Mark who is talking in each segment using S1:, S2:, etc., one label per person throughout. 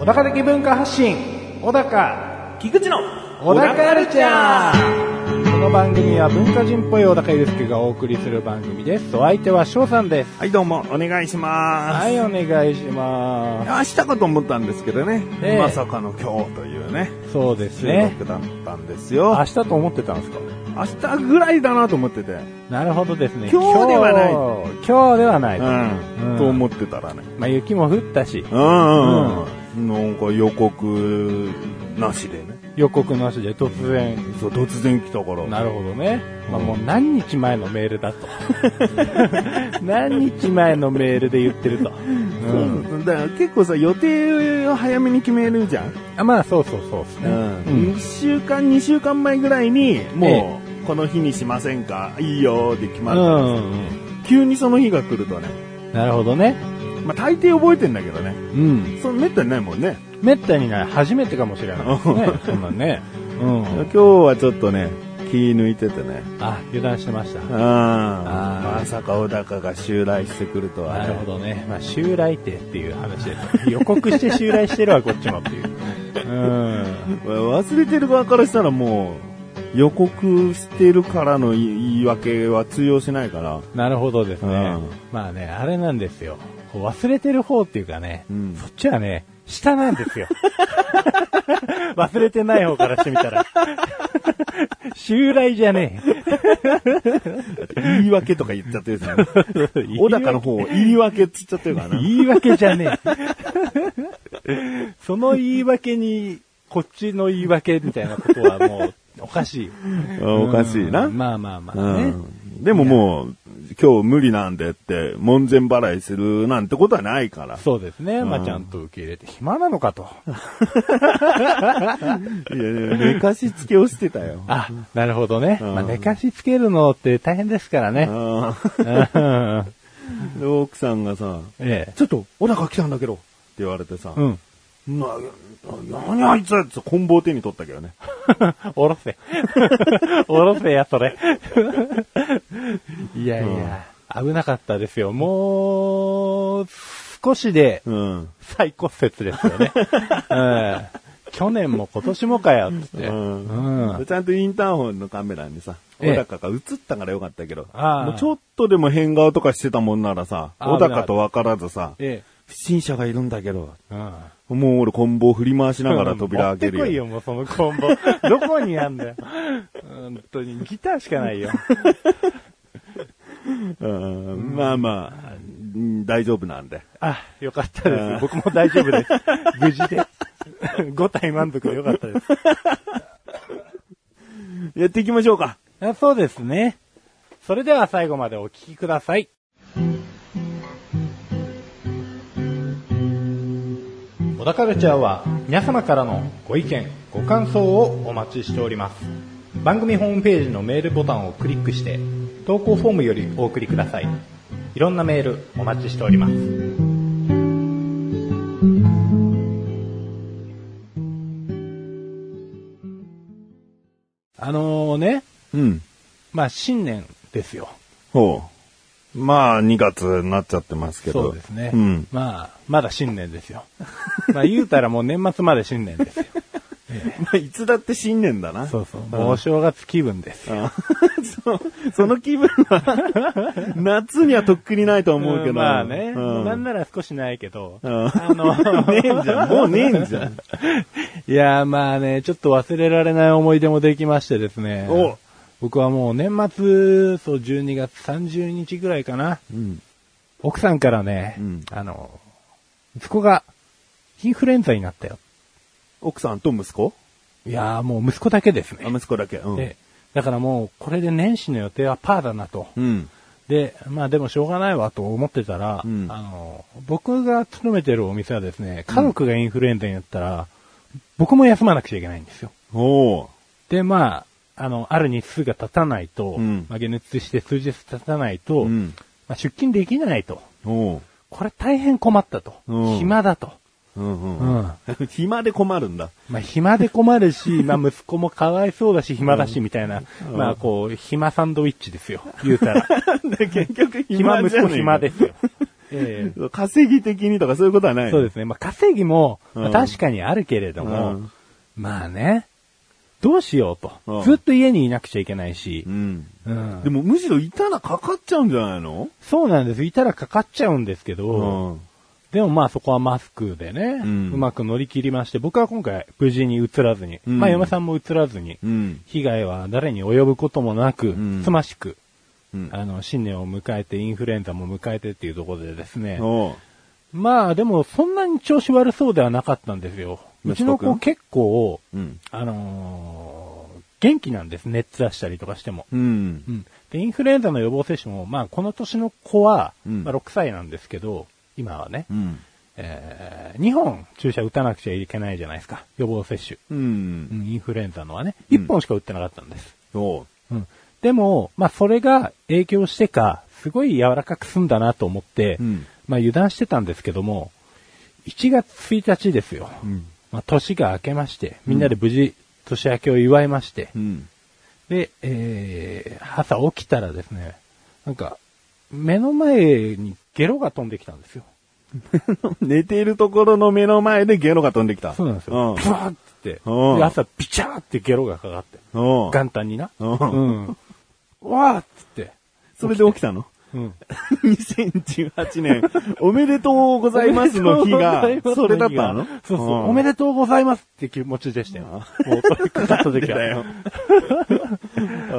S1: 小高的文化発信小高
S2: 菊池の
S1: 小高カルチャーこの番組は文化人っぽい小高祐介がお送りする番組ですお相手は翔さんです
S2: はい、どうも、お願いします。
S1: はいお願いしま
S2: 明日かと思ったんですけどね、
S1: ええ
S2: まさかの今日というね、
S1: すそうです
S2: 収
S1: ね
S2: 録だったんです
S1: 明
S2: よ。
S1: 日と思ってたんですか
S2: 明日ぐらいだなと思ってて、
S1: なるほどですね
S2: 今日ではない
S1: 今日今日ではない、
S2: うん、
S1: うん
S2: と思ってたらね、
S1: まあ雪も降ったし
S2: うん、うん、なんか予告なしでね、
S1: 予告なしで突然
S2: そう、突然来たから、
S1: なるほどね。まあ、もう何日前のメールだと。 何日前のメールで言ってると。うん。
S2: そうだから結構さ、予定を早めに決めるじゃん。
S1: あまあ、そうそうそうですね。
S2: うん、1週間、2週間前ぐらいに、も
S1: え
S2: う、この日にしませんか、いいよーって決
S1: う
S2: まる、
S1: んうん
S2: 急にその日が来るとね、
S1: うん。なるほどね。
S2: まあ大抵覚えてんだけどね、
S1: うん。
S2: そんめったにないもんね。
S1: めったにない。初めてかもしれないですね。そんなんね。うん。
S2: 今日はちょっとね、気抜いててね。
S1: あ、油断してました。
S2: うん。
S1: あー
S2: まさか小高が襲来してくるとは、ね。
S1: なるほどね。まあ、襲来ってっていう話です。予告して襲来してるわ、こっちもっていう。うん。
S2: 忘れてる側からしたらもう、予告してるからの言い訳は通用しない から。
S1: なるほどですね。
S2: うん
S1: まあね、あれなんですよ。こう忘れてる方っていうかね、
S2: うん
S1: そっちはね、下なんですよ。 忘れてない方からしてみたら。 襲来じゃね
S2: 言い訳とか言っちゃってる じゃん。
S1: え。
S2: 小高の方、言い訳っつっちゃってるからな。
S1: 言い訳じゃねえ。その言い訳に、こっちの言い訳みたいなことはもう、おかしい。
S2: おかしいな。
S1: うんまあまあま
S2: う
S1: あね。
S2: んでももう、今日無理なんでって、門前払いするなんてことはないから。
S1: そうですね。ま
S2: う
S1: あ
S2: ん
S1: ちゃんと受け入れて、暇なのかと。
S2: いやいや、寝かしつけをしてた よ。
S1: あ、なるほどね。
S2: うん
S1: まあ寝かしつけるのって大変ですからね。
S2: う
S1: うん
S2: んで奥さんがさ、
S1: ええ。
S2: ちょっと、お腹来たんだけど、って言われてさ、
S1: うん。
S2: な、な、何あいつって棍棒手に取ったけどね。
S1: おろせ。 おろせや、それ。いやいや、危なかったですよ。もう、少しで
S2: うん。
S1: 再骨折ですよ ね。うん去年も今年もかよ、つって。
S2: うん
S1: うん
S2: ちゃんとインターホンのカメラにさ、
S1: え
S2: 小
S1: え
S2: 高が映ったからよかったけど、
S1: ああ
S2: もうちょっとでも変顔とかしてたもんならさ、
S1: ああ
S2: 小高と分からずさ、
S1: え
S2: 不審者がいるんだけど、
S1: え。うん。
S2: もう俺棍棒振り回しながら扉開けるよ。
S1: 持ってこいよ、もうそのコンボ。どこにあんだよ。本当に、ギターしかないよ。
S2: うんまあまあ、うん大丈夫なんで。
S1: あ、よかったで
S2: うん
S1: す。僕も大丈夫です。無事で。5体満足でよかったです。
S2: やっていきましょうか。
S1: あそうですね。それでは最後までお聞きください。小田カルチャーは皆様からのご意見、ご感想をお待ちしております。番組ホームページのメールボタンをクリックして、投稿フォームよりお送りください。いろんなメールお待ちしております。あのね、
S2: うん。
S1: まあ新年ですよ。
S2: ほう。まあ、2月になっちゃってますけど。
S1: そうですね。
S2: うん。
S1: まあ、まだ新年ですよ。 まあ言うたらもう年末まで新年 ですよ。
S2: まあ、いつだって新年だな。
S1: そうそう。もうお正月気分ですよ。
S2: あ そうその気分は、夏にはとっくにないと思うけど。
S1: んまあね、
S2: うん
S1: なんなら少しないけど。
S2: うん
S1: あの、
S2: ねえんじゃん。もうねえんじゃん。
S1: いやーまあね、ちょっと忘れられない思い出もできましてですね。
S2: お
S1: 僕はもう年末、そう12月30日ぐらいかな。
S2: うん。
S1: 奥さんからね、
S2: うん
S1: あの、息子がインフルエンザになったよ。
S2: 奥さんと息子
S1: いやーもう息子だけですね。
S2: あ、息子だけ。うん。
S1: で、だからもう、これで年始の予定はパーだなと。
S2: うん。
S1: で、まあでもしょうがないわと思ってたら、
S2: うん
S1: あの、僕が勤めてるお店はですね、家族がインフルエンザになったら、僕も休まなくちゃいけないんですよ。
S2: ほ
S1: で、まあ、あの、ある日数が経たないと、
S2: うん。
S1: まあ、解熱して数日経たないうと、
S2: うん。
S1: まあ、出勤できないと。
S2: ほ
S1: これ大変困ったと。
S2: うん
S1: 暇だと。
S2: う。うん
S1: う
S2: うん。
S1: ん。
S2: 暇で困るんだ。
S1: まあ、暇で困る し、まあ、息子もかわいそうだし、暇だし、みたいな。
S2: うん
S1: まあ、こう、暇サンドイッチですよ。言うた ら。
S2: 結局。
S1: 暇息子暇ですす よ。ええ
S2: 稼ぎ的にとかそういうことはない。
S1: そうですすね。まあ、稼ぎも、ま
S2: う
S1: あ、
S2: ん
S1: 確かにあるけれども、
S2: うん
S1: まあね、どうしようと。
S2: うん
S1: ずっと家にいなくちゃいけないし
S2: う、ん。
S1: うん
S2: でもむしろいたらかかっちゃうんじゃないの
S1: そうなんです。いたらかかっちゃうんですけ
S2: う
S1: ど、
S2: ん。
S1: でもまあそこはマスクでね、う
S2: うん
S1: まく乗り切りまして、僕は今回無事に移らずに、
S2: うん
S1: まあ嫁さんも移らずに、
S2: うん。
S1: 被害は誰に及ぶこともなく、
S2: ん
S1: つましく、
S2: うん
S1: あの、新年を迎えて、インフルエンザも迎えてっていうところでですね、
S2: おう
S1: まあでもそんなに調子悪そうではなかったんですよ。うち
S2: 息
S1: の
S2: 子くん
S1: 子結構、
S2: うん。
S1: あのー元気なんです、熱出したりとかしても。
S2: うん
S1: う。ん。で、インフルエンザの予防接種も、まあ、この年の子は、
S2: うん
S1: まあ、6歳なんですけど、今はね、
S2: うん。
S1: えー、2本注射打たなくちゃいけないじゃないですか、予防接種。
S2: う。
S1: うんん、インフルエンザのはね、
S2: うん
S1: 1本しか打ってなかったんです。
S2: おう
S1: うん。でも、まあ、それが影響してか、すごい柔らかく済んだなと思って、
S2: うん
S1: まあ、油断してたんですけども、1月1日ですよ。
S2: ん
S1: まあ、年が明けまして、みんなで無事、年明けを祝いまして、
S2: うん。
S1: で、えー、朝起きたらですね、なんか、目の前にゲロが飛んできたんですよ。
S2: 寝ているところの目の前でゲロが飛んできた。
S1: そうなんですよ。ブワーってって、
S2: うん
S1: で朝ビチャーってゲロがかかって、
S2: うん。おう
S1: 元旦にな。
S2: う
S1: うんん。わーっつって、
S2: それで起きた の
S1: うん。
S2: 2018年、おめでとうございますの日が、それだったの
S1: そうそう、おめ
S2: で
S1: でとうございますって気持ちでしたよ。 もう、かかった時は。
S2: だよ。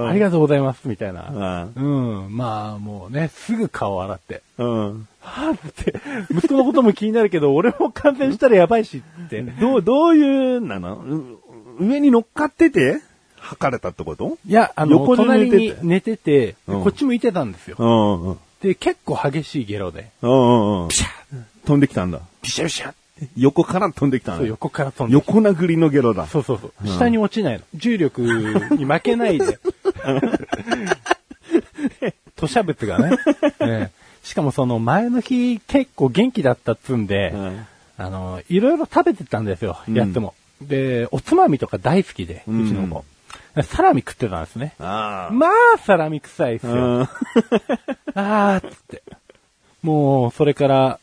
S1: ありがとうございます、みたいな。
S2: あ
S1: うん。まあ、もうね、すぐ顔洗って。
S2: あうん。
S1: はぁって、息子のことも気になるけど、俺も感染したらやばいしって。
S2: どう、どういう、なのう上に乗っかってて、吐かれたってこと
S1: いや、あの、
S2: 横で
S1: 隣
S2: 寝てて
S1: に寝てて、
S2: うん
S1: こっち向いてたんですよ。
S2: うんうん。
S1: で、結構激しいゲロで、
S2: うんうんうん。飛んできたんだ。
S1: ビシャビシャって、
S2: 横から飛んできた
S1: そ
S2: の
S1: う横から飛んできて。
S2: 横殴りのゲロだ。
S1: そうそうそう。下に落ちないの。重力に負けない で。吐砂物が ね。ええしかもその前の日結構元気だったっつんで、
S2: うん
S1: あの、いろいろ食べてたんですよ、
S2: ん
S1: やつも。で、おつまみとか大好きで、う
S2: うん
S1: ちの子。サラミ食ってたんですね。
S2: あ
S1: まあ、サラミ臭いっす
S2: あ。
S1: よ。
S2: うん。
S1: あーっつって。もう、それから、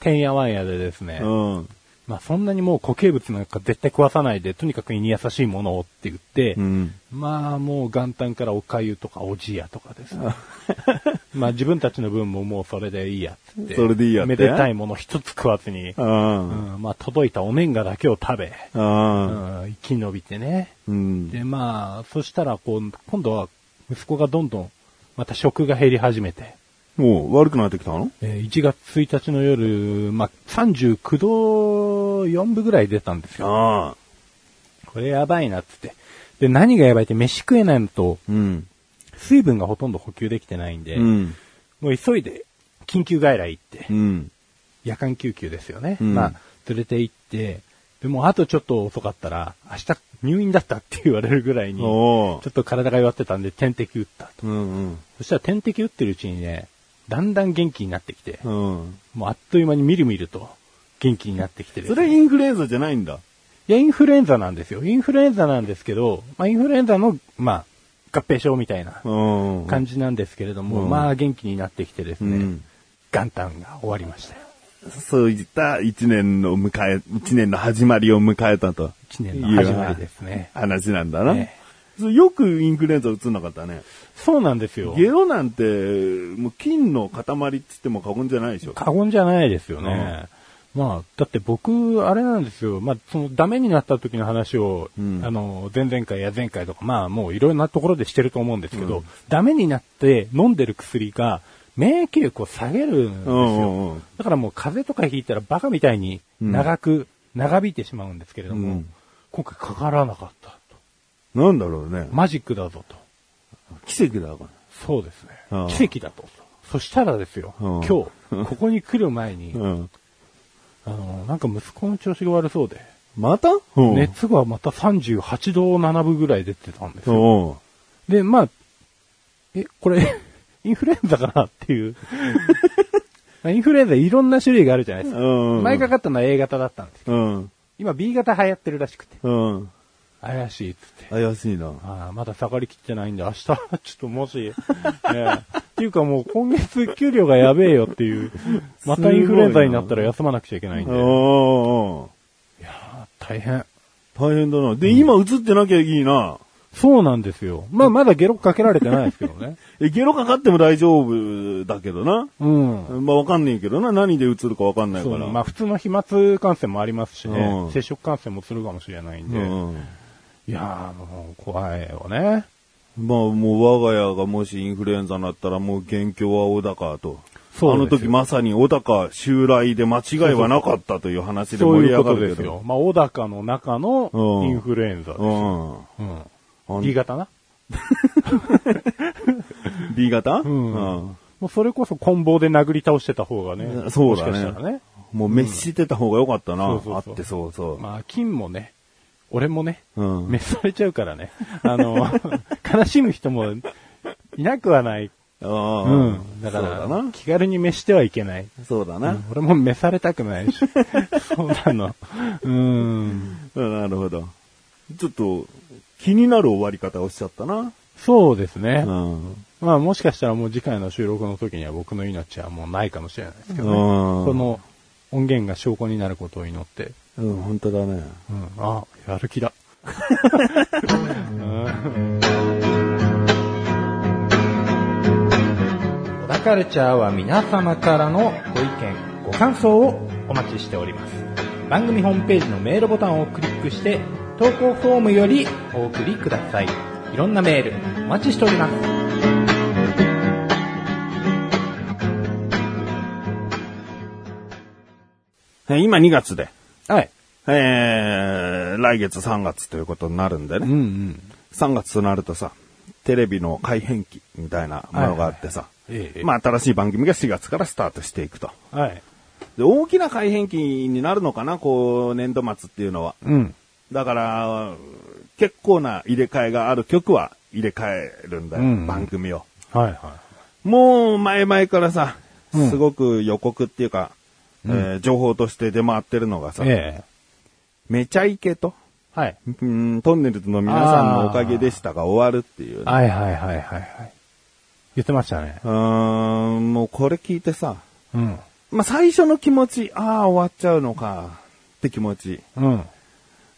S1: てんやわんやでですね、
S2: うん。
S1: まあそんなにもう固形物なんか絶対食わさないで、とにかく胃に優しいものをって言って、
S2: うん。
S1: まあもう元旦からおかゆとかおじやとかですね。 まあ自分たちの分ももうそれでいいやっつって。
S2: それでいいやって
S1: めでたいもの一つ食わずに、
S2: あ
S1: う
S2: あ。
S1: んまあ届いたお年賀だけを食べ、う
S2: ああ。
S1: ん、生き延びてね。
S2: うん。
S1: でまあ、そしたらこう、今度は息子がどんどんまた食が減り始めて、
S2: もう悪くなってきたの
S1: えー1月1日の夜、まあ、39度4分ぐらい出たんですよ。
S2: ああ。
S1: これやばいなっつって。で、何がやばいって飯食えないのと、
S2: うん。
S1: 水分がほとんど補給できてないんで、
S2: うん。
S1: もう急いで緊急外来行って、
S2: うん。
S1: 夜間救急ですよね。
S2: うん
S1: まあ、連れて行って、でもうあとちょっと遅かったら、明日入院だったって言われるぐらいに、ちょ
S2: おお。
S1: っと体が弱ってたんで点滴打ったと。
S2: うん
S1: そしたら点滴打ってるうちにね、だんだん元気になってきて、
S2: うん。うん。
S1: もうあっという間にみるみると元気になってきてる。
S2: それイ
S1: い
S2: ンフルエンザじゃないんだ。
S1: や、インフルエンザなんですよ。インフルエンザなんですけど、まあ、インフルエンザの、まあ、合併症みたいな
S2: うん。
S1: 感じなんですけれども、
S2: うん
S1: まあ、元気になってきてですね、
S2: うん
S1: 元旦が終わりましたよ。
S2: そういった一年の迎え、一年の始まりを迎えたと。
S1: 一年の始まりですね。
S2: 話なんだな。
S1: え
S2: そうよくインフルエンザ映んなかったね。
S1: そうなんですよ。
S2: ゲロなんて、もう菌の塊って言っても過言じゃないでしょ。
S1: 過言じゃないですよね。まあ、だって僕、あれなんですよ。まあ、その、ダメになった時の話を、
S2: うん
S1: あの、前々回や前回とか、まあ、もういろいろなところでしてると思うんですけど、ダメになって飲んでる薬が、免疫力を下げるんです
S2: う
S1: よ。
S2: んうんうん
S1: だからもう風邪とかひいたらバカみたいに長く、長引いてしまうんですけれども、
S2: うん
S1: 今回かからなかったと。
S2: なんだろうね。
S1: マジックだぞと。
S2: 奇跡だか
S1: そうですね
S2: うん。
S1: 奇跡だと。そしたらですよ、
S2: うん
S1: 今日、ここに来る前に
S2: ら。、うん。
S1: あの、なんか息子の調子が悪そうで、
S2: またうん。
S1: 熱がまた38度7分ぐらい出てたんですよ。
S2: そ
S1: で、 まあ、え、これ、インフルエンザかなっていうインフルエンザいろんな種類があるじゃないですか。
S2: うんうん
S1: 前かかったのは A 型だったんですけど、
S2: うん。
S1: 今 B 型流行ってるらしくて。
S2: うん。
S1: 怪しいっつって。
S2: 怪しいな。
S1: ああ、まだ下がりきってないんで、明日、ちょっともし、 ええっていうかもう今月給料がやべえよって いう、またインフルエンザになったら休まなくちゃいけないん
S2: あ
S1: で、
S2: あ、
S1: 大変。
S2: 大変だな。で、今映ってなきゃいいな。
S1: そうなんですよ。まあまだゲロかけられてないですけどね。
S2: え、ゲロかかっても大丈夫だけどな。
S1: うん。
S2: まあわかんねえけどな。何で映るかわかんないか
S1: そう
S2: ら。
S1: まあ普通の飛沫感染もありますしね、
S2: うん
S1: 接触感染もするかもしれないん
S2: う
S1: で、
S2: ん。
S1: いやーもう怖いよね。
S2: まあもう我が家がもしインフルエンザになったらもう元凶は小高と。
S1: そう
S2: あ
S1: ですよ
S2: の時まさに小高襲来で間違いはなかったという話で
S1: そう
S2: 盛り
S1: いう
S2: 上
S1: こ
S2: が
S1: と
S2: る
S1: で
S2: けど。
S1: すよ。まあ小高の中の
S2: うん
S1: インフルエンザです
S2: う
S1: よ。
S2: ん。
S1: うん
S2: あの
S1: B 型な
S2: B 型うん
S1: もうそれこそ棍棒で殴り倒してた方がね。
S2: そうだね
S1: もしかしたらね。
S2: もう滅してた方が良かったな。
S1: うんそうそうそう
S2: あってそうそう。
S1: まあ、金もね、俺もね、
S2: うん
S1: 召されちゃうからね。あ の、悲しむ人もいなくはない。
S2: ああ、
S1: うん。だから、気軽に召してはいけない。
S2: そうだな。そうだな。
S1: 俺も召されたくない し。そうなの。うん。
S2: うんなるほど。ちょっと、気になる終わり方をしちゃったな。
S1: そうですね
S2: う。ん。
S1: まあ、もしかしたらもう次回の収録の時には僕の命はもうないかもしれないですけどね。
S2: うん
S1: この音源が証拠になることを祈って。
S2: うん、本当だね。
S1: うん。あ、やる気だ。
S3: 小田カルチャーは皆様からのご意見、ご感想をお待ちしております。番組ホームページのメールボタンをクリックして、投稿フォームよりお送りください。いろんなメールお待ちしております。
S2: え今2月で、
S1: はい。
S2: えー、来月3月ということになるんでね。
S1: うんうん。
S2: 3月となるとさ、テレビの改変期みたいなものがあってさ、
S1: ええ
S2: まあ新しい番組が4月からスタートしていくと。
S1: はい。
S2: で、大きな改変期になるのかな、こう、年度末っていうのは。
S1: うん。
S2: だから、結構な入れ替えがある曲は入れ替えるんだよ、
S1: うん
S2: 番組を。
S1: はいは
S2: もう前々からさ、
S1: うん
S2: すごく予告っていうか、えー情報として出回ってるのがさ、
S1: ええ
S2: めちゃイケと、
S1: はい。
S2: うん、トンネルズの皆さんのおかげでしたが終わるっていうね、
S1: はいはいはいはいはい。言ってましたね。
S2: うーん、もうこれ聞いてさ、
S1: うん。
S2: まあ、最初の気持ち、ああ、終わっちゃうのか、って気持ち。
S1: うん。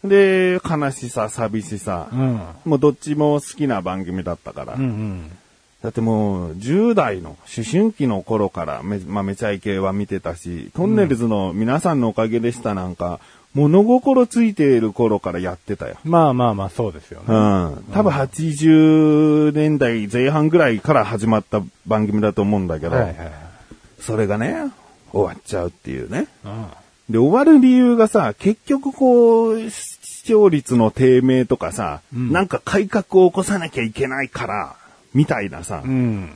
S2: で、悲しさ、寂しさ
S1: う。ん。
S2: もうどっちも好きな番組だったから。
S1: うんうん。
S2: だってもう、10代の思春期の頃からめ、まあ、めちゃイケは見てたし、トンネルズの皆さんのおかげでしたなんか、物心ついている頃からやってたよ。
S1: まあまあまあ、そうですよ
S2: う
S1: ね。
S2: ん。多分80年代前半ぐらいから始まった番組だと思うんだけど、
S1: はいはいはい。
S2: それがね、終わっちゃうっていうね。
S1: うん。
S2: で、終わる理由がさ、結局こう、視聴率の低迷とかさ、
S1: うん
S2: なんか改革を起こさなきゃいけないから、みたいなさ、
S1: うん。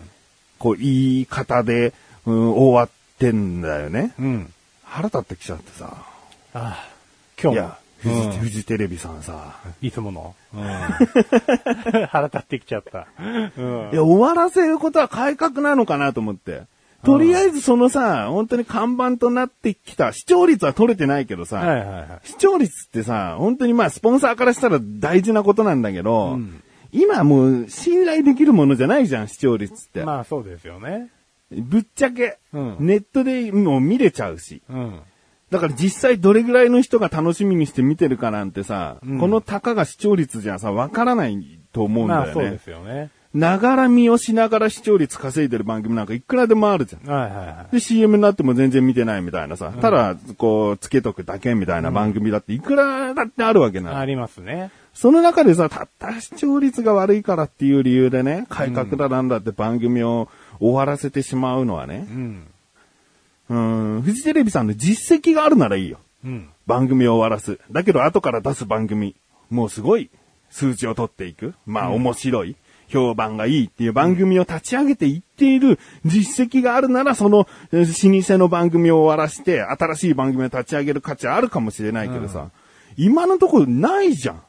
S2: こう、言い方で、うん、終わってんだよね。
S1: うん。
S2: 腹立ってきちゃってさ、
S1: ああ。今
S2: い
S1: 日
S2: や
S1: も、。
S2: フジ,、フジテレビさんさ、
S1: いつもの。 うん。腹立ってきちゃった。うん。
S2: いや、終わらせることは改革なのかなと思って。とりあえずそのさ、本当に看板となってきた、視聴率は取れてないけどさ、
S1: はいはいはい。
S2: 視聴率ってさ、本当にまあ、スポンサーからしたら大事なことなんだけど、
S1: うん
S2: 今もう信頼できるものじゃないじゃん、視聴率って。
S1: まあそうですよね。
S2: ぶっちゃけ、
S1: うん
S2: ネットでもう見れちゃうし。
S1: うん。
S2: だから実際どれぐらいの人が楽しみにして見てるかなんてさ、
S1: うん
S2: このたかが視聴率じゃさ、わからないと思うんだよ
S1: ま
S2: ね。
S1: あそうですよね。
S2: ながら見をしながら視聴率稼いでる番組なんかいくらでもあるじゃん。
S1: はいはいは。
S2: で、CM になっても全然見てないみたいなさ、ただ、こう、つけとくだけみたいな番組だっていくらだってあるわけないの
S1: ありますね。
S2: その中でさ、たった視聴率が悪いからっていう理由でね、改革だなんだって番組を終わらせてしまうのはね
S1: う、ん。
S2: うん、フジテレビさんの実績があるならいいよ。
S1: うん。
S2: 番組を終わらす。だけど後から出す番組、もうすごい数値を取っていく。まあ面白い。評判がいいっていう番組を立ち上げていっている実績があるなら、その、えー老舗の番組を終わらして、新しい番組を立ち上げる価値あるかもしれないけどさ、今のところないじゃん。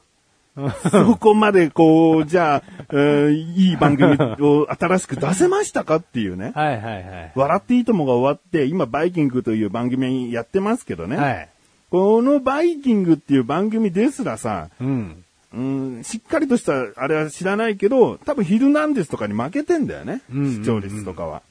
S2: そこまでこう、じゃあ、うんいい番組を新しく出せましたかっていうね。
S1: はいはいはい。
S2: 笑っていいともが終わって、今バイキングという番組やってますけどね。
S1: はい。
S2: このバイキングっていう番組ですらさ、
S1: うん。
S2: うん、しっかりとした、あれは知らないけど、多分ヒルナンデスとかに負けてんだよね。
S1: うんうんうん
S2: 視聴率とかは。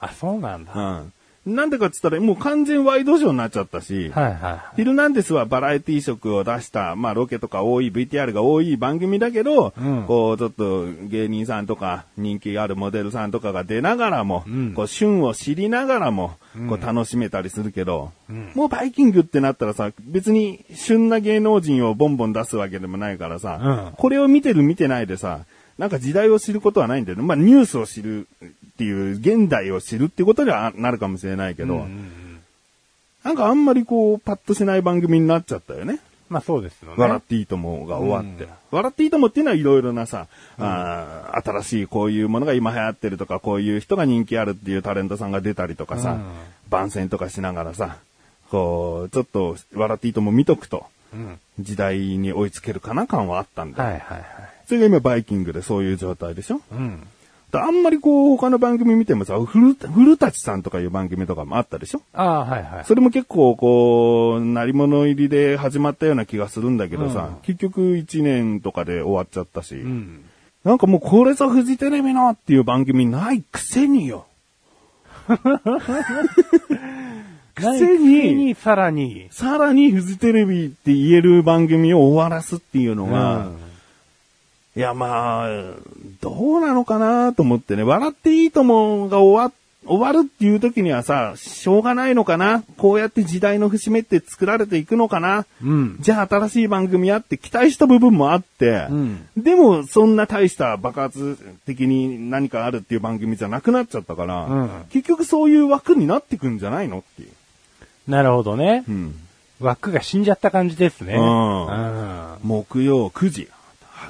S1: あ、そうなんだ。はい
S2: うん。なんでかって言ったら、もう完全ワイドショーになっちゃったし、
S1: はいはい。
S2: ヒルナンデスはバラエティ色を出した、まあロケとか多い、VTR が多い番組だけど、
S1: うん
S2: こうちょっと芸人さんとか人気があるモデルさんとかが出ながらも、
S1: ん
S2: こう旬を知りながらも、こう楽しめたりするけど、
S1: ん
S2: もうバイキングってなったらさ、別に旬な芸能人をボンボン出すわけでもないからさ、
S1: うん
S2: これを見てる見てないでさ、なんか時代を知ることはないんだよね。まあニュースを知るっていう、現代を知るっていうことにはなるかもしれないけど、
S1: うんうんうん
S2: なんかあんまりこう、パッとしない番組になっちゃったよね。
S1: まあそうですよね。
S2: 笑っていいともが終わって。
S1: うん
S2: 笑っていいともっていうのはいろいろなさ、あー新しいこういうものが今流行ってるとか、こういう人が人気あるっていうタレントさんが出たりとかさ、
S1: うん
S2: 番宣とかしながらさ、こう、ちょっと笑っていいとも見とくと、
S1: うん。
S2: 時代に追いつけるかな感はあったんだよ。
S1: はいはいはい。
S2: それが今バイキングでそういう状態でしょ
S1: うん。
S2: だあんまりこう他の番組見てもさ、古古立さんとかいう番組とかもあったでしょ
S1: ああ、はいはい。
S2: それも結構こう、鳴り物入りで始まったような気がするんだけどさ、
S1: うん
S2: 結局1年とかで終わっちゃったし、
S1: うん。
S2: なんかもうこれぞフジテレビのっていう番組ないくせに よ。
S1: く
S2: せに
S1: さらに、
S2: さらにフジテレビって言える番組を終わらすっていうのが、
S1: うん
S2: いやまあ、どうなのかなと思ってね、笑っていいともが終わ終わるっていう時にはさ、しょうがないのかなこうやって時代の節目って作られていくのかな
S1: うん。
S2: じゃあ新しい番組やって期待した部分もあって、
S1: うん
S2: でもそんな大した爆発的に何かあるっていう番組じゃなくなっちゃったから、
S1: うん
S2: 結局そういう枠になってくんじゃないのっていう。
S1: なるほどね
S2: う。ん
S1: 枠が死んじゃった感じですね。
S2: うん
S1: うん
S2: 木曜9時、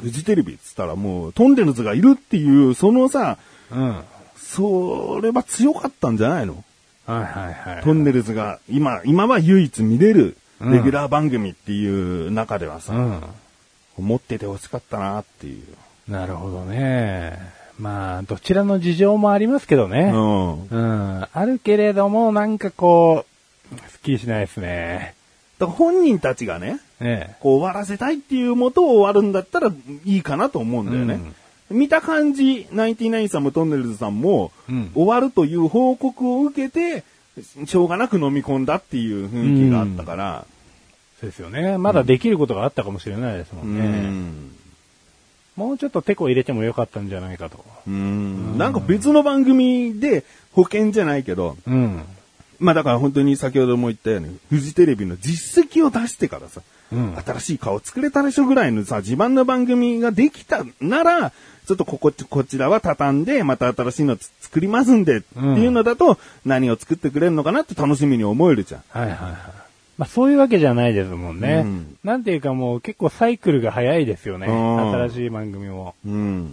S2: フジテレビっつったらもうトンデルズがいるっていう、そのさ、
S1: うん。はい
S2: それは強かったんじゃないの
S1: はいはい。
S2: トンネルズが今、今は唯一見れる
S1: うん
S2: レギュラー番組っていう中では
S1: う
S2: さ、
S1: ん。
S2: 思ってて欲しかったなっていう。
S1: なるほどね。まあ、どちらの事情もありますけどね。
S2: うん
S1: うん。あるけれども、なんかこう、すっきりしないですね。
S2: だから本人たちがね、
S1: ね
S2: こう終わらせたいっていうもとを終わるんだったらいいかなと思うんだよね。見た感じ、ナインティナインさんもトンネルズさんも、
S1: うん
S2: 終わるという報告を受けて、しょうがなく飲み込んだっていう雰囲気があったから、
S1: そうですよね。まだできることがあったかもしれないですもん
S2: う
S1: ね。
S2: ん
S1: もうちょっとテコ入れてもよかったんじゃないかと。
S2: うんなんか別の番組で保険じゃないけど、
S1: うん。
S2: まあだから本当に先ほども言ったように、フジテレビの実績を出してからさ、
S1: うん
S2: 新しい顔作れたでしょぐらいのさ、自慢の番組ができたなら、ちょっとここ、こちらは畳んで、また新しいのつ作りますんで、って
S1: うん
S2: いうのだと、何を作ってくれるのかなって楽しみに思えるじゃん。
S1: はいはいはい。まあそういうわけじゃないですもんね。
S2: うん
S1: なんていうかもう結構サイクルが早いですよね。
S2: うん
S1: 新しい番組も。
S2: うん。
S1: うん。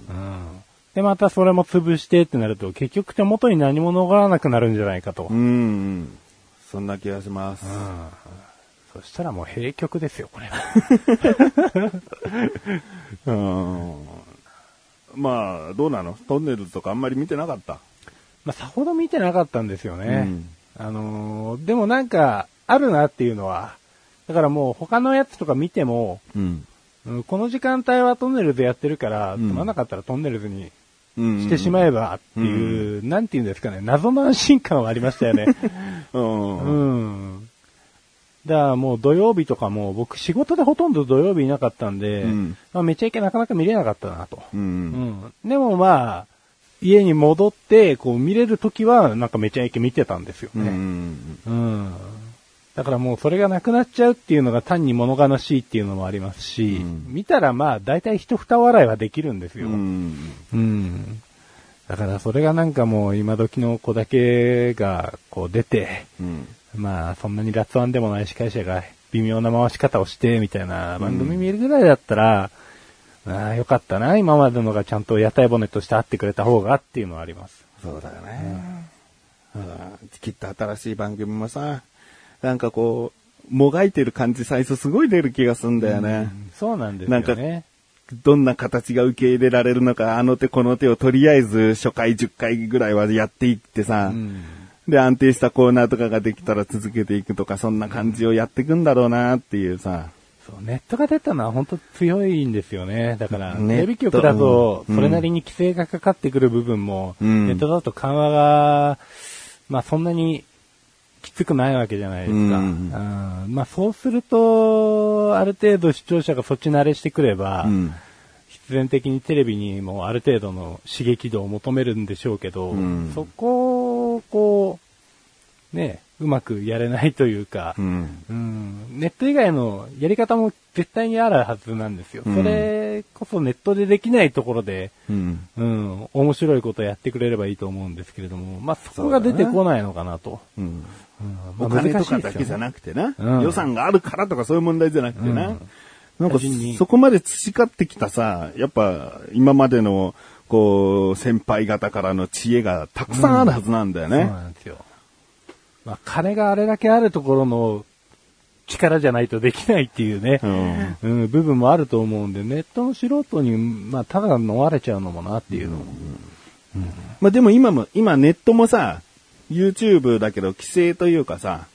S1: で、またそれも潰してってなると、結局手元に何も残らなくなるんじゃないかと。
S2: う
S1: うん。
S2: ん。そんな気がします。
S1: そしたらもう閉局ですよ、これ。
S2: うん。まあ、どうなのトンネルズとかあんまり見てなかった。
S1: まあさほど見てなかったんですよね。
S2: うん
S1: あのーでもなんか、あるなっていうのは。だからもう他のやつとか見ても、
S2: うん。
S1: うんこの時間帯はトンネルズやってるから、
S2: ん
S1: つまんなかったらトンネルズにし
S2: して
S1: てしまえばっていう、なんていうんですかね、謎の安心感はありました よね。
S2: うん。
S1: う
S2: うん。
S1: ん。だからもう土曜日とかも僕仕事でほとんど土曜日いなかったんで、
S2: うん
S1: まあめちゃいけなかなか見れなかったなと。
S2: う。
S1: うんん。でもまあ、家に戻って、こう見れるときはなんかめちゃイケ見てたんですよ
S2: う
S1: ね。
S2: ん。
S1: うん。だからもうそれがなくなっちゃうっていうのが単に物悲しいっていうのもありますし、
S2: うん
S1: 見たらまあ大体一二笑いはできるんです
S2: う
S1: よ。
S2: ん。
S1: うん。だからそれがなんかもう今時の子だけがこう出て、
S2: うん。
S1: まあそんなに辣腕でもない司会者が微妙な回し方をしてみたいな番組見るぐらいだったら、ああよかったな、今までのがちゃんと屋台骨としてあってくれた方がっていうのはあります。
S2: そうだよね。うんきっと新しい番組もさ、なんかこう、もがいてる感じ最初すごい出る気がすんだよね。
S1: そうなんです
S2: な
S1: よ
S2: んか
S1: ね。、
S2: どんな形が受け入れられるのか、あの手この手をとりあえず初回10回ぐらいはやっていってさ、で、安定したコーナーとかができたら続けていくとか、そんな感じをやっていくんだろうなっていうさ、
S1: そう、ネットが出たのは本当強いんですよね。だから、テ
S2: ネット
S1: レビ局だと、
S2: うん
S1: それなりに規制がかかってくる部分も、
S2: うん
S1: ネットだと緩和が、まあそんなにきつくないわけじゃないですか。
S2: うん
S1: うんまあそうすると、ある程度視聴者がそっち慣れしてくれば、
S2: うん。
S1: 必然的にテレビにもある程度の刺激度を求めるんでしょうけど、
S2: うん
S1: そこを、こう、ね、うまくやれないというか、
S2: うん。
S1: うんネット以外のやり方も絶対にあるはずなんですよ。
S2: うん
S1: それこそネットでできないところで、
S2: うん。
S1: うん、面白いことをやってくれればいいと思うんですけれども、まあそこが出てこないのかなと。
S2: うん。
S1: うん
S2: お
S1: まあ
S2: 金
S1: 難
S2: と
S1: しい
S2: か
S1: で
S2: だ
S1: す
S2: け
S1: よ
S2: じゃ
S1: ね
S2: なくてな、
S1: うん
S2: 予算があるからとかそういう問題じゃなくてな、なんか
S1: 単純に
S2: そこまで培ってきたさ、やっぱ今までのこう先輩方からの知恵がたくさんあるはずなんだよね。
S1: そうなんですよ。まあ金があれだけあるところの力じゃないとできないっていうね、
S2: うん
S1: うん部分もあると思うんで、ネットの素人に、まあただ飲まれちゃうのもなっていうのも。
S2: まあでも今も、今ネットもさ、YouTube だけど規制というかさ、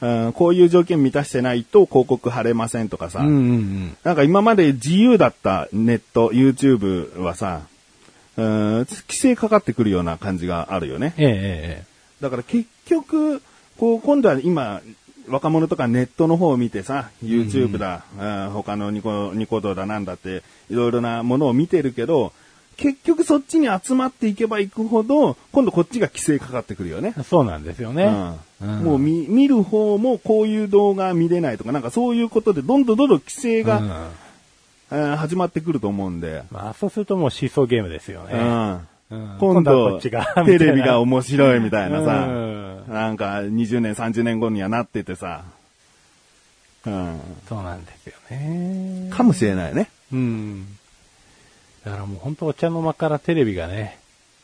S2: うんこういう条件満たしてないと広告貼れませんとかさ、
S1: うんうんうん。
S2: なんか今まで自由だったネット、YouTube はさ、うん規制かかってくるような感じがあるよね。
S1: ええええ。
S2: だから結局、こう、今度は今、若者とかネットの方を見てさ、YouTube だ、あー他のニコ、ニコ動だなんだって、いろいろなものを見てるけど、結局そっちに集まっていけばいくほど、今度こっちが規制かかってくるよね。
S1: そうなんですよね。
S2: う
S1: うんん
S2: もう見見る方もこういう動画見れないとか、なんかそういうことでどんどんどんどん規制が、
S1: うん
S2: あー始まってくると思うんで。
S1: まあ、そうするともうシーソーゲームですよ
S2: う
S1: ね。
S2: ん
S1: うん
S2: 今
S1: 今度はこ
S2: 度、
S1: っち
S2: テ
S1: がみたいな
S2: レビが面白いみたいなさ、
S1: うん
S2: なんか20年、30年後にはなっててさ、うん、
S1: そうなんですよね。
S2: かもしれないね。
S1: うん。だからもう本当お茶の間からテレビがね、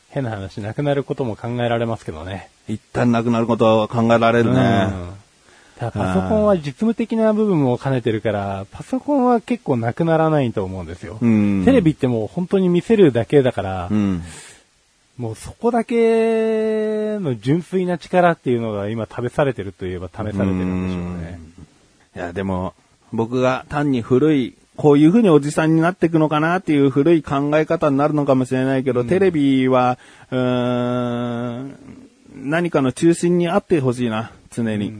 S1: 変な話なくなることも考えられますけどね。
S2: 一旦なくなることは考えられ
S1: う
S2: る
S1: ん
S2: ね。
S1: ただパソコンは実務的な部分も兼ねてるから、パソコンは結構なくならないと思うんですよ。
S2: うん
S1: テレビってもう本当に見せるだけだから、
S2: うん。
S1: もうそこだけの純粋な力っていうのが今試されてるといえば試されてるんでしょうね。
S2: いや、でも、僕が単に古い、こういう風におじさんになっていくのかなっていう古い考え方になるのかもしれないけど、テレビは、うーん、何かの中心にあってほしいな、常に。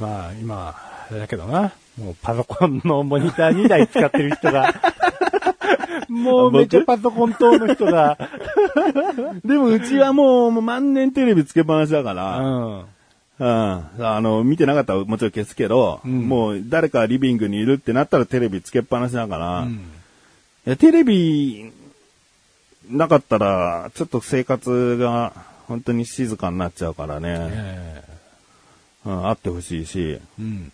S1: まあ今、あれだけどな、もうパソコンのモニター2台使ってる人 が、もうめっちゃパソコン党の人が、
S2: でもうちはもうもう万年テレビつけっぱなしだか
S1: う
S2: ら、
S1: ん。
S2: うん。あの、見てなかったらもちろん消すけど、
S1: うん
S2: もう誰かリビングにいるってなったらテレビつけっぱなしだから、
S1: う
S2: い
S1: ん
S2: やテレビなかったら、ちょっと生活が本当に静かになっちゃうからね、
S1: ええ
S2: うん、あってほしいし、
S1: うん。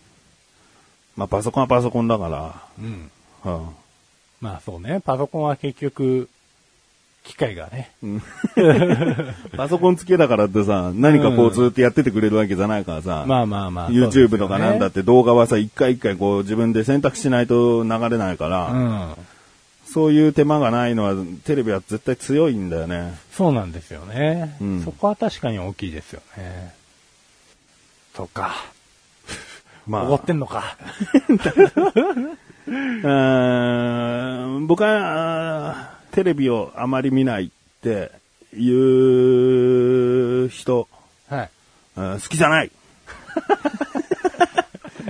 S2: まあパソコンはパソコンだか
S1: うん。
S2: ら、うん。
S1: まあそうね、パソコンは結局、機械がね、
S2: パソコンつけだからってさ、何かこうずっとやっててくれるわけじゃないからさ、
S1: まあまあまあ。
S2: YouTube とかなんだっ
S1: って
S2: 動画はさ、一回一回こう自分で選択しないと流れないから、
S1: うん。
S2: そういう手間がないのはテレビは絶対強いんだよね。
S1: そうなんですよね、
S2: うん
S1: そこは確かに大きいですよね。そうか。
S2: ま
S1: 怒ってんのか。
S2: うーん僕はあーテレビをあまり見ないっていう人、
S1: はい。
S2: うん好きじ ゃない。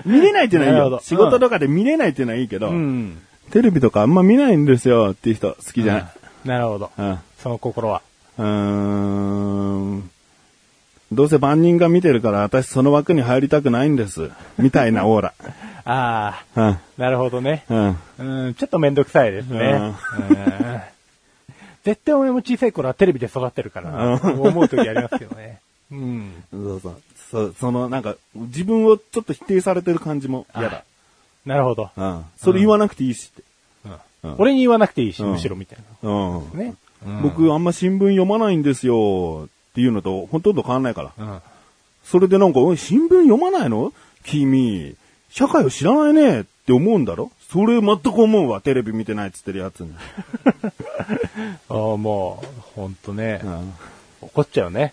S2: 見れないってのはいい
S1: なるほ
S2: よ
S1: ど。
S2: 仕事とかで見れないってのはいいけど、
S1: うん。
S2: テレビとかあんま見ないんですよっていう人好きじゃない。
S1: うんなるほど。
S2: うん
S1: その心は。
S2: うーん。どうせ万人が見てるから私その枠に入りたくないんです。みたいな オーラ。
S1: ああ、
S2: うん。
S1: なるほどね。
S2: うん。
S1: うん、ちょっとめんどくさいですね。
S2: う
S1: うんん絶対俺も小さい頃はテレビで育ってるから、思う時ありますけどね。うん。
S2: そうそう。そ、そのなんか、自分をちょっと否定されてる感じも嫌だ。
S1: なるほど。
S2: うん。それ言わなくていいしっ
S1: うん
S2: て。うん
S1: 俺に言わなくていいし、
S2: うん
S1: むしろみたい
S2: うん。
S1: な。ね。うん
S2: 僕あんま新聞読まないんですよっていうのとほとんど変わんないから。
S1: うん。
S2: それでなんか、おい新聞読まないの君、社会を知らないねって思うんだろそれ全く思うわ、テレビ見てないっつってるやつに。
S1: ああ、もう、ほんとね
S2: う。ん
S1: 怒っちゃう ね。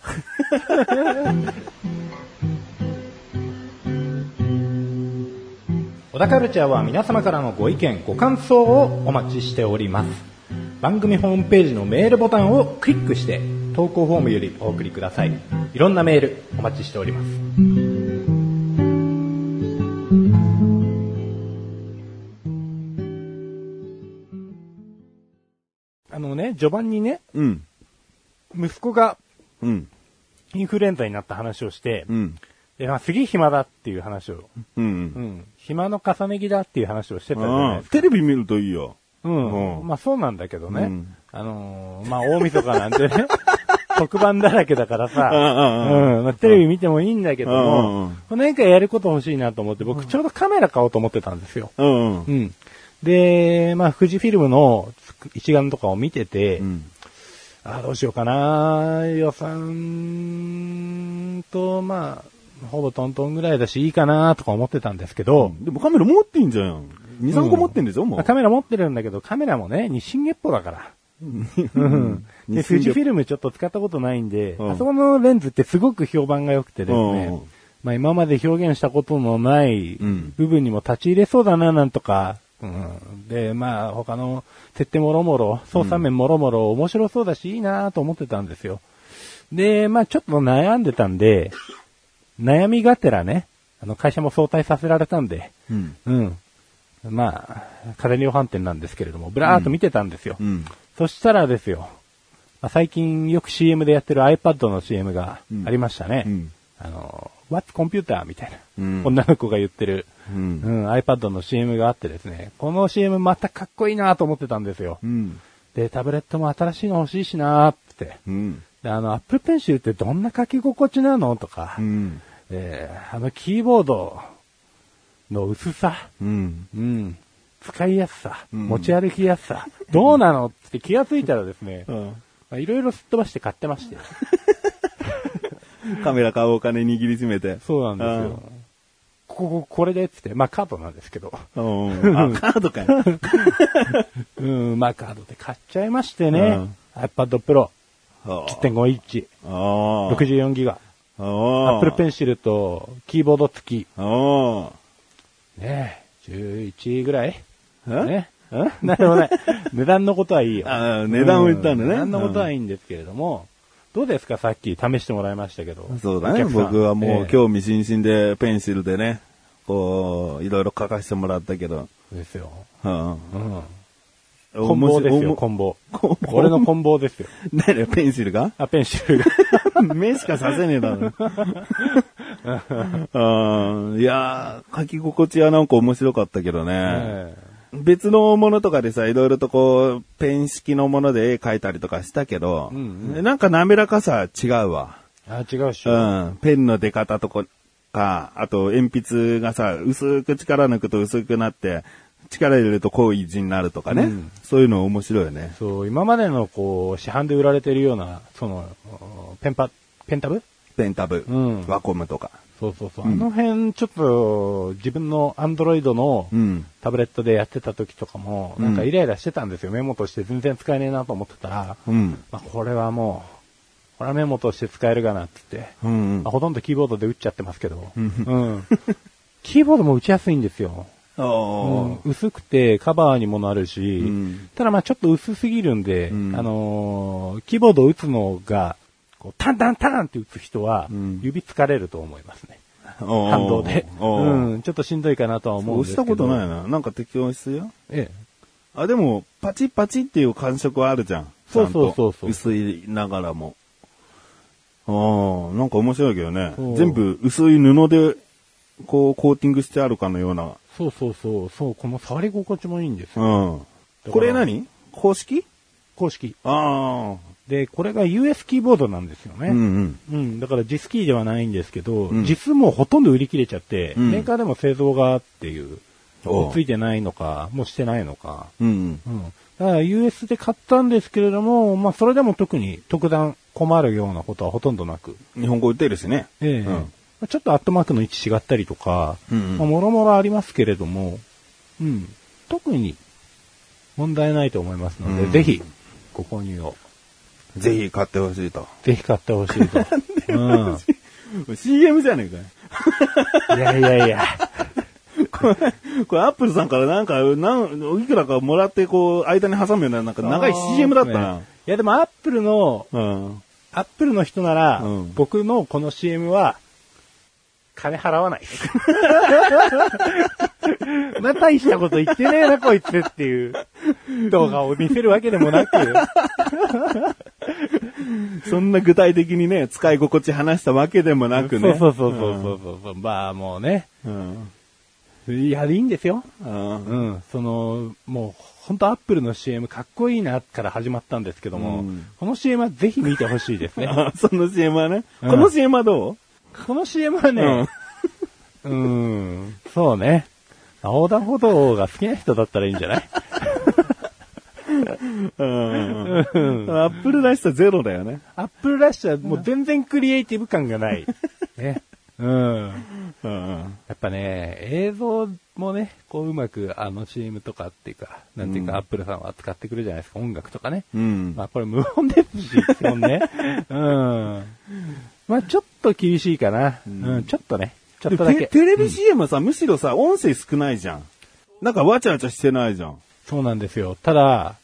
S3: 小田カルチャーは皆様からのご意見、ご感想をお待ちしております。番組ホームページのメールボタンをクリックして、投稿フォームよりお送りください。いろんなメールお待ちしております。
S1: あのね、序盤にね、
S2: うん。
S1: 息子が
S2: うん。
S1: インフルエンザになった話をして、
S2: うん。
S1: でまあ、すげえ暇だっていう話を、
S2: う
S1: う
S2: ん。う
S1: んん、暇の重ね着だっていう話をしてたじゃない
S2: あ
S1: です
S2: あ
S1: か。
S2: テレビ見るといいよ。
S1: うん。
S2: うん
S1: まあそうなんだけどね。
S2: うん
S1: あのーまあ大晦日なんて ね、特番だらけだからさ、
S2: うんうん
S1: うんまあテレビ見てもいいんだけど
S2: うんうんう
S1: も
S2: ん、
S1: 何かやること欲しいなと思って、僕ちょうどカメラ買おうと思ってたんですよ。
S2: うん。うん
S1: うん。で、まあ富士フィルムの一眼とかを見てて、
S2: うん。
S1: あどうしようかな予算と、まあ、ほぼトントンぐらいだし、いいかなとか思ってたんですけど、
S2: でもカメラ持ってんじゃん。2、3個持ってんでしょ、も
S1: まあ
S2: う。
S1: カメラ持ってるんだけど、カメラもね、日清月歩だから。うん。 で、富
S2: 日清月
S1: 士フィルムちょっと使ったことないんで、
S2: うん
S1: あそこのレンズってすごく評判が良くてですね、
S2: うん
S1: まあ今まで表現したことのない
S2: うん
S1: 部分にも立ち入れそうだな、なんとか、うん。で、まあ他の設定もろもろ、操作面もろもろ面白そうだし、いいなと思ってたんですよ。で、まあちょっと悩んでたんで、悩みがてらね、あの会社も早退させられたんで、
S2: うん。
S1: うん。まあ、家電量販店なんですけれども、ぶらーっと見てたんですよ。
S2: うん。
S1: そしたらですよ、まあ最近よく CM でやってる iPad の CM がありましたね。
S2: うん
S1: あの、What's Computer? みたいな、
S2: うん
S1: 女の子が言ってる、
S2: う。
S1: うんん、iPad の CM があってですね、この CM またかっこいいなと思ってたんですよ。
S2: うん。
S1: で、タブレットも新しいの欲しいしなーって。
S2: うん。
S1: で、あの、Apple Pencil ってどんな書き心地なのとか、
S2: うん。
S1: であのキーボードの薄さ、
S2: うん。
S1: うん。使いやすさ、
S2: うん
S1: 持ち歩きやすさ、どうなのって気がついたらですね、まあいろいろすっ飛ばして買ってまして。
S2: カメラ買おうお金握りしめて。
S1: そうなんですよ。ここ、これでっつって、まあカードなんですけど、
S2: うん。うん。あ、カードかよ。
S1: うん、まあカードで買っちゃいましてね、
S2: うん
S1: iPad Pro
S2: あ
S1: 1.5インチ、
S2: あ。
S1: 64ギガ、
S2: ああ。
S1: Apple Pencil とキーボード付き、
S2: あ
S1: ねえ、11ぐらい
S2: あ。
S1: ね。 なるほどね。値段のことはいいよ。
S2: ああ値段を言ったんだね
S1: う値段のことはいいんですけれども、どうですかさっき試してもらいましたけど。
S2: そうだ
S1: お
S2: ね。
S1: 客さん
S2: 僕はもう
S1: え
S2: 興味津々でペンシルでね、こう、いろいろ書かせてもらったけど。
S1: えですよ。
S2: うん。
S1: うん。
S2: こ
S1: 棍棒ですよ、棍棒。
S2: 棍棒
S1: 俺の棍棒です よ。
S2: 何よ、ペンシルが
S1: あ、ペンシルが。
S2: 目しかさせねえだろ。 うんいやー、書き心地はなんか面白かったけどね。
S1: え
S2: 別のものとかでさ、いろいろとこう、ペン式のもので絵描いたりとかしたけど、
S1: うん
S2: なんか滑らかさ違うわ。
S1: えあ、違うっしょ。
S2: うん。ペンの出方とか、あと鉛筆がさ、薄く力抜くと薄くなって、力入れると濃い字になるとかね。
S1: うん
S2: そういうの面白いよね。
S1: そう、今までのこう、市販で売られてるような、その、おペンパ、ペンタブ
S2: ペンタブ、
S1: うん
S2: ワコムとか。
S1: そうそうそう。あの辺、ちょっと、自分のアンドロイドの
S2: うん。
S1: タブレットでやってた時とかも、
S2: うん
S1: なんかイライラしてたんですよ。メモとして全然使えねえなと思ってたら、
S2: うん。
S1: まあ、これはもう、これはメモとして使えるかなってって、
S2: うん、うん
S1: まあ、。ほとんどキーボードで打っちゃってますけど、うんん。 キーボードも打ちやすいんですよ。うん
S2: おー
S1: 薄くてカバーにもなるし、
S2: うん
S1: ただまあちょっと薄すぎるんで、
S2: うん
S1: あのーキーボードを打つのが、こうタンタンタンって打つ人は
S2: うん、
S1: 指疲れると思いますね。
S2: おー
S1: 反動で。
S2: おー
S1: うん、ちょっとしんどいかなとは思うん
S2: 押
S1: です
S2: し
S1: けど。
S2: たことないな。なんか適応するよ。
S1: ええ。
S2: あ、でも、パチッパチッっていう感触はあるじゃん。
S1: そうそうそうそう
S2: ちゃんと薄いながらも。ああ、なんか面白いけどね
S1: そ。う
S2: 全部薄い布で、こう、コーティングしてあるかのような。
S1: そうそうそう、そう、この触り心地もいいんですよ。
S2: うん。これ何公式
S1: 公式。
S2: あ
S1: で、これが US キーボードなんですよ
S2: あ。
S1: ね。
S2: うんうん。
S1: うん、だから実キーではないんですけど、
S2: うん
S1: 実もほとんど売り切れちゃって、
S2: うん
S1: メーカーでも製造がっていう、
S2: おう
S1: ついてないのか、もうしてないのか。
S2: うん
S1: うん。だから US で買ったんですけれども、まあそれでも特に特段困るようなことはほとんどなく。
S2: うん。日本語売ってるしね。
S1: ええ
S2: うん
S1: まあちょっとアットマークの位置違ったりとか、
S2: うんうん
S1: まあもろもろありますけれども、うん。特に問題ないと思いますので、
S2: うん
S1: ぜひご購入を。
S2: ぜひ買ってほしいと。
S1: ぜひ買ってほしいと。うん、
S2: CM じゃねえかよ。
S1: いやいやいや。
S2: これアップルさんからなんか、なん、いくらかもらってこう、間に挟むような、なんか長い CM だったな。
S1: ねいやでもアップルの、
S2: うん。
S1: アップルの人なら、
S2: うん
S1: 僕のこの CM は、金払わないです。まあ大したこと言ってねえな、こいつっていう動画を見せるわけでもな く、
S2: そんな具体的にね、使い心地話したわけでもなくね。
S1: そうそうそうそうそうそう、まあもうね、
S2: うん。
S1: いや、いいんですよ。
S2: うん。
S1: うん、その、もう、本当アップルの CM かっこいいなから始まったんですけども、
S2: うん
S1: この CM はぜひ見てほしいですね。
S2: あその CM はね。
S1: うん
S2: この CM はど
S1: この CM は
S2: う
S1: ね、うん、そうね。横断歩道が好きな人だったらいいんじゃ ない
S2: うん。うん。アップルらしさゼロだよね。
S1: アップルラッシュはもう全然クリエイティブ感がない。 ね。うん。
S2: うん。
S1: やっぱね、映像もね、こううまくあの CM とかっていうか、なんていう
S2: うん
S1: かアップルさんは使ってくるじゃないですか、音楽とかね。
S2: うん。
S1: まあこれ無音ですし、基本 ね。うん。まあちょっと厳しいかな。うん、ちょっとね。ちょっとだ
S2: でテ
S1: け。
S2: テレビ CM はさ、むしろさ、音声少ないじゃん。なんかわちゃわちゃしてないじゃん。
S1: そうなんですよ。ただ、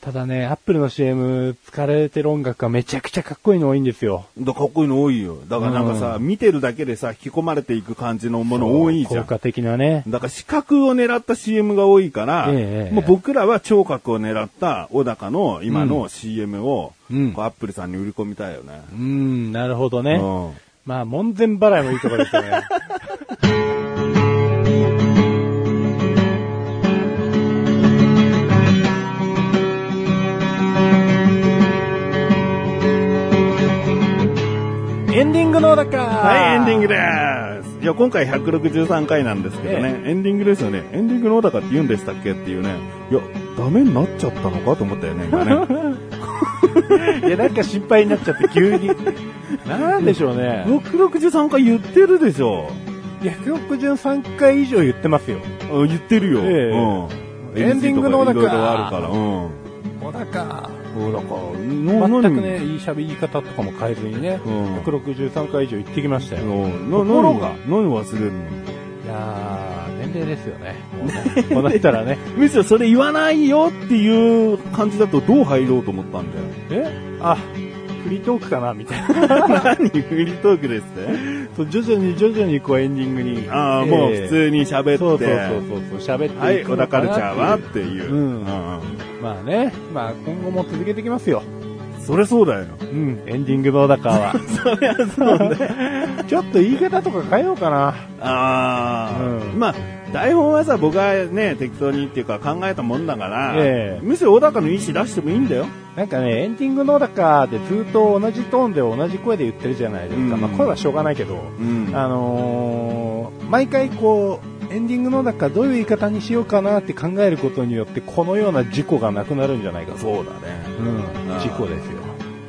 S1: ただね、アップルの CM、疲れてる音楽がめちゃくちゃかっこいいの多いんですよ。
S2: だかっこいいの多いよ。だからなんかさ、見てるだけでさ、引き込まれていく感じのもの多いじゃ
S1: 効
S2: ん。
S1: 果的なね。
S2: だから視覚を狙った CM が多いから、
S1: ええ
S2: もう僕らは聴覚を狙った小高の今の CM を、
S1: うん
S2: こうアップルさんに売り込みたいよね。
S1: うん、なるほどね。
S2: うん
S1: まあ、門前払いもいいところですよね。エンディングのだか
S2: はい、エンディング
S1: で。
S2: です。いや、今回163回なんですけどね、エンディングですよね。エンディングの小高って言うんでしたっけっていうね。いや、ダメになっちゃったのかと思ったよね、今ね。
S1: いや、なんか心配になっちゃって、急に。なんでしょうね。
S2: 163回言ってるでしょ。
S1: 163回以上言ってますよ。
S2: あ言ってるよ。
S1: ええ
S2: うん。
S1: エンディングの小高
S2: いろいろあるから。うん。
S1: 小高。
S2: そうだから、
S1: 全
S2: 全
S1: くね、いい喋り方とかも変えずにね、
S2: うん
S1: 163回以上言ってきましたよ。
S2: と
S1: ところが
S2: 何忘れるの
S1: いやー、年齢ですよね。 もうねこうなったらね。
S2: むしろそれ言わないよっていう感じだとどう入ろうと思ったんだよ。
S1: えあ、フリートークかなみたいな。
S2: 何フリートークですって
S1: そう徐々に徐々にこうエンディングに。
S2: ああ、
S1: ええ
S2: もう普通に喋って。
S1: そうそうそうそうそう、喋っていくのかな
S2: はい、小田カルチャーはっ
S1: って
S2: いう。
S1: うん
S2: ん
S1: ていうまあね、まあ今後も続けていきますよ。
S2: うんそれそうだよ。
S1: うん、エンディングのだか は。
S2: そりゃそうだよ。
S1: ちょっと言い方とか変えようかな。
S2: ああ、
S1: うん
S2: まあ、台本はさ、僕はね、適当にっていうか考えたもんだから、
S1: ええ
S2: むしろ小高の意思出してもいいんだよ。
S1: なんかね、エンディングのだかでずっと同じトーンで同じ声で言ってるじゃないですか。
S2: うん
S1: まあ声はしょうがないけど。
S2: うん
S1: あのー毎回こう、エンディングの中どういう言い方にしようかなって考えることによって、このような事故がなくなるんじゃないかと。
S2: そうだね。
S1: うん
S2: あー
S1: 事故ですよ。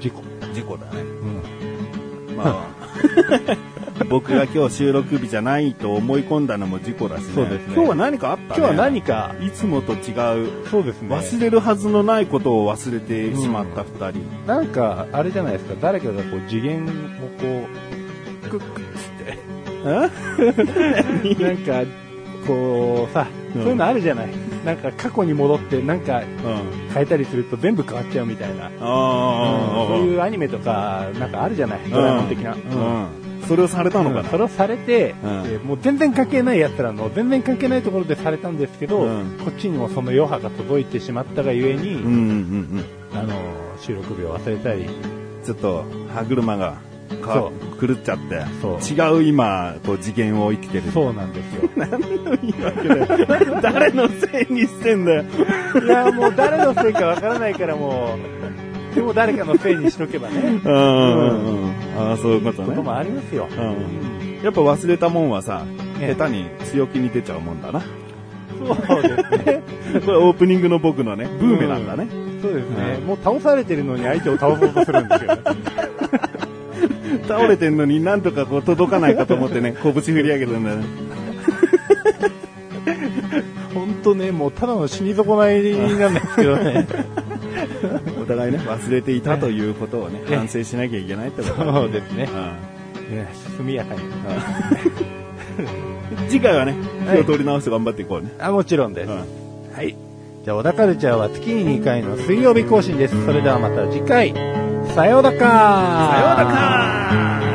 S1: 事故。
S2: 事故だね。
S1: うん。
S2: まあ、 僕が今日収録日じゃないと思い込んだのも事故だし、ね、
S1: そうですね
S2: 今日は何かあった、ね、
S1: 今日は何か、
S2: いつもと違う、
S1: そうですね。
S2: 忘れるはずのないことを忘れてしまった二人。
S1: なんか、あれじゃないですか、誰かがこう、次元をこう、クックッ つって。なんか、こうさ、
S2: うん
S1: そういうのあるじゃない。なんか過去に戻って、なんか
S2: うん。
S1: 変えたりすると全部変わっちゃうみたいな。
S2: ああ、
S1: そういうアニメとか、なんかあるじゃない。ドラえもん的な。
S2: うん。うん。それをされたのかな
S1: そ。れをされて、
S2: うん
S1: でもう全然関係ないやつらの全然関係ないところでされたんですけど、
S2: うん
S1: こっちにもその余波が届いてしまったがゆえに、
S2: うんうん
S1: あの収録日を忘れたり
S2: うん。ちょっと、歯車が
S1: そ
S2: か、狂っちゃって。
S1: そう
S2: 違う今、こう、次元を生きてる。
S1: そうなんです よ
S2: 誰のせいにしてんだよ。
S1: いやもう誰のせいかわからないからもうでも誰かのせいにしとけばね
S2: うんうんうん。ああ、そういうこと
S1: こ
S2: ね
S1: と。もありますよ、
S2: うんやっぱ忘れたもんはさ、
S1: ええ
S2: 下手に強気に出ちゃうもんだな。
S1: そうですね
S2: これオープニングの僕のね、ブーメランだね。
S1: そうですね、
S2: うん
S1: もう倒されてるのに相手を倒そうとするんです よね
S2: 倒れてんのになんとかこう届 かないかと思ってね、拳振り上げてんだよね。本当
S1: とね、もうただの死に損ないなんですけどね。
S2: お互いね、忘れていたということをね、反省しなきゃいけないってことだ ね
S1: そうですね。
S2: うん
S1: ね速やかに。
S2: うん次回はね、
S1: はい
S2: 気を取り直して頑張っていこうね。
S1: あ、もちろんです。
S2: うん
S1: はい。じゃあ、小田カルチャーは月に2回の水曜日更新です。それではまた次回、さようだかさ
S2: さようなら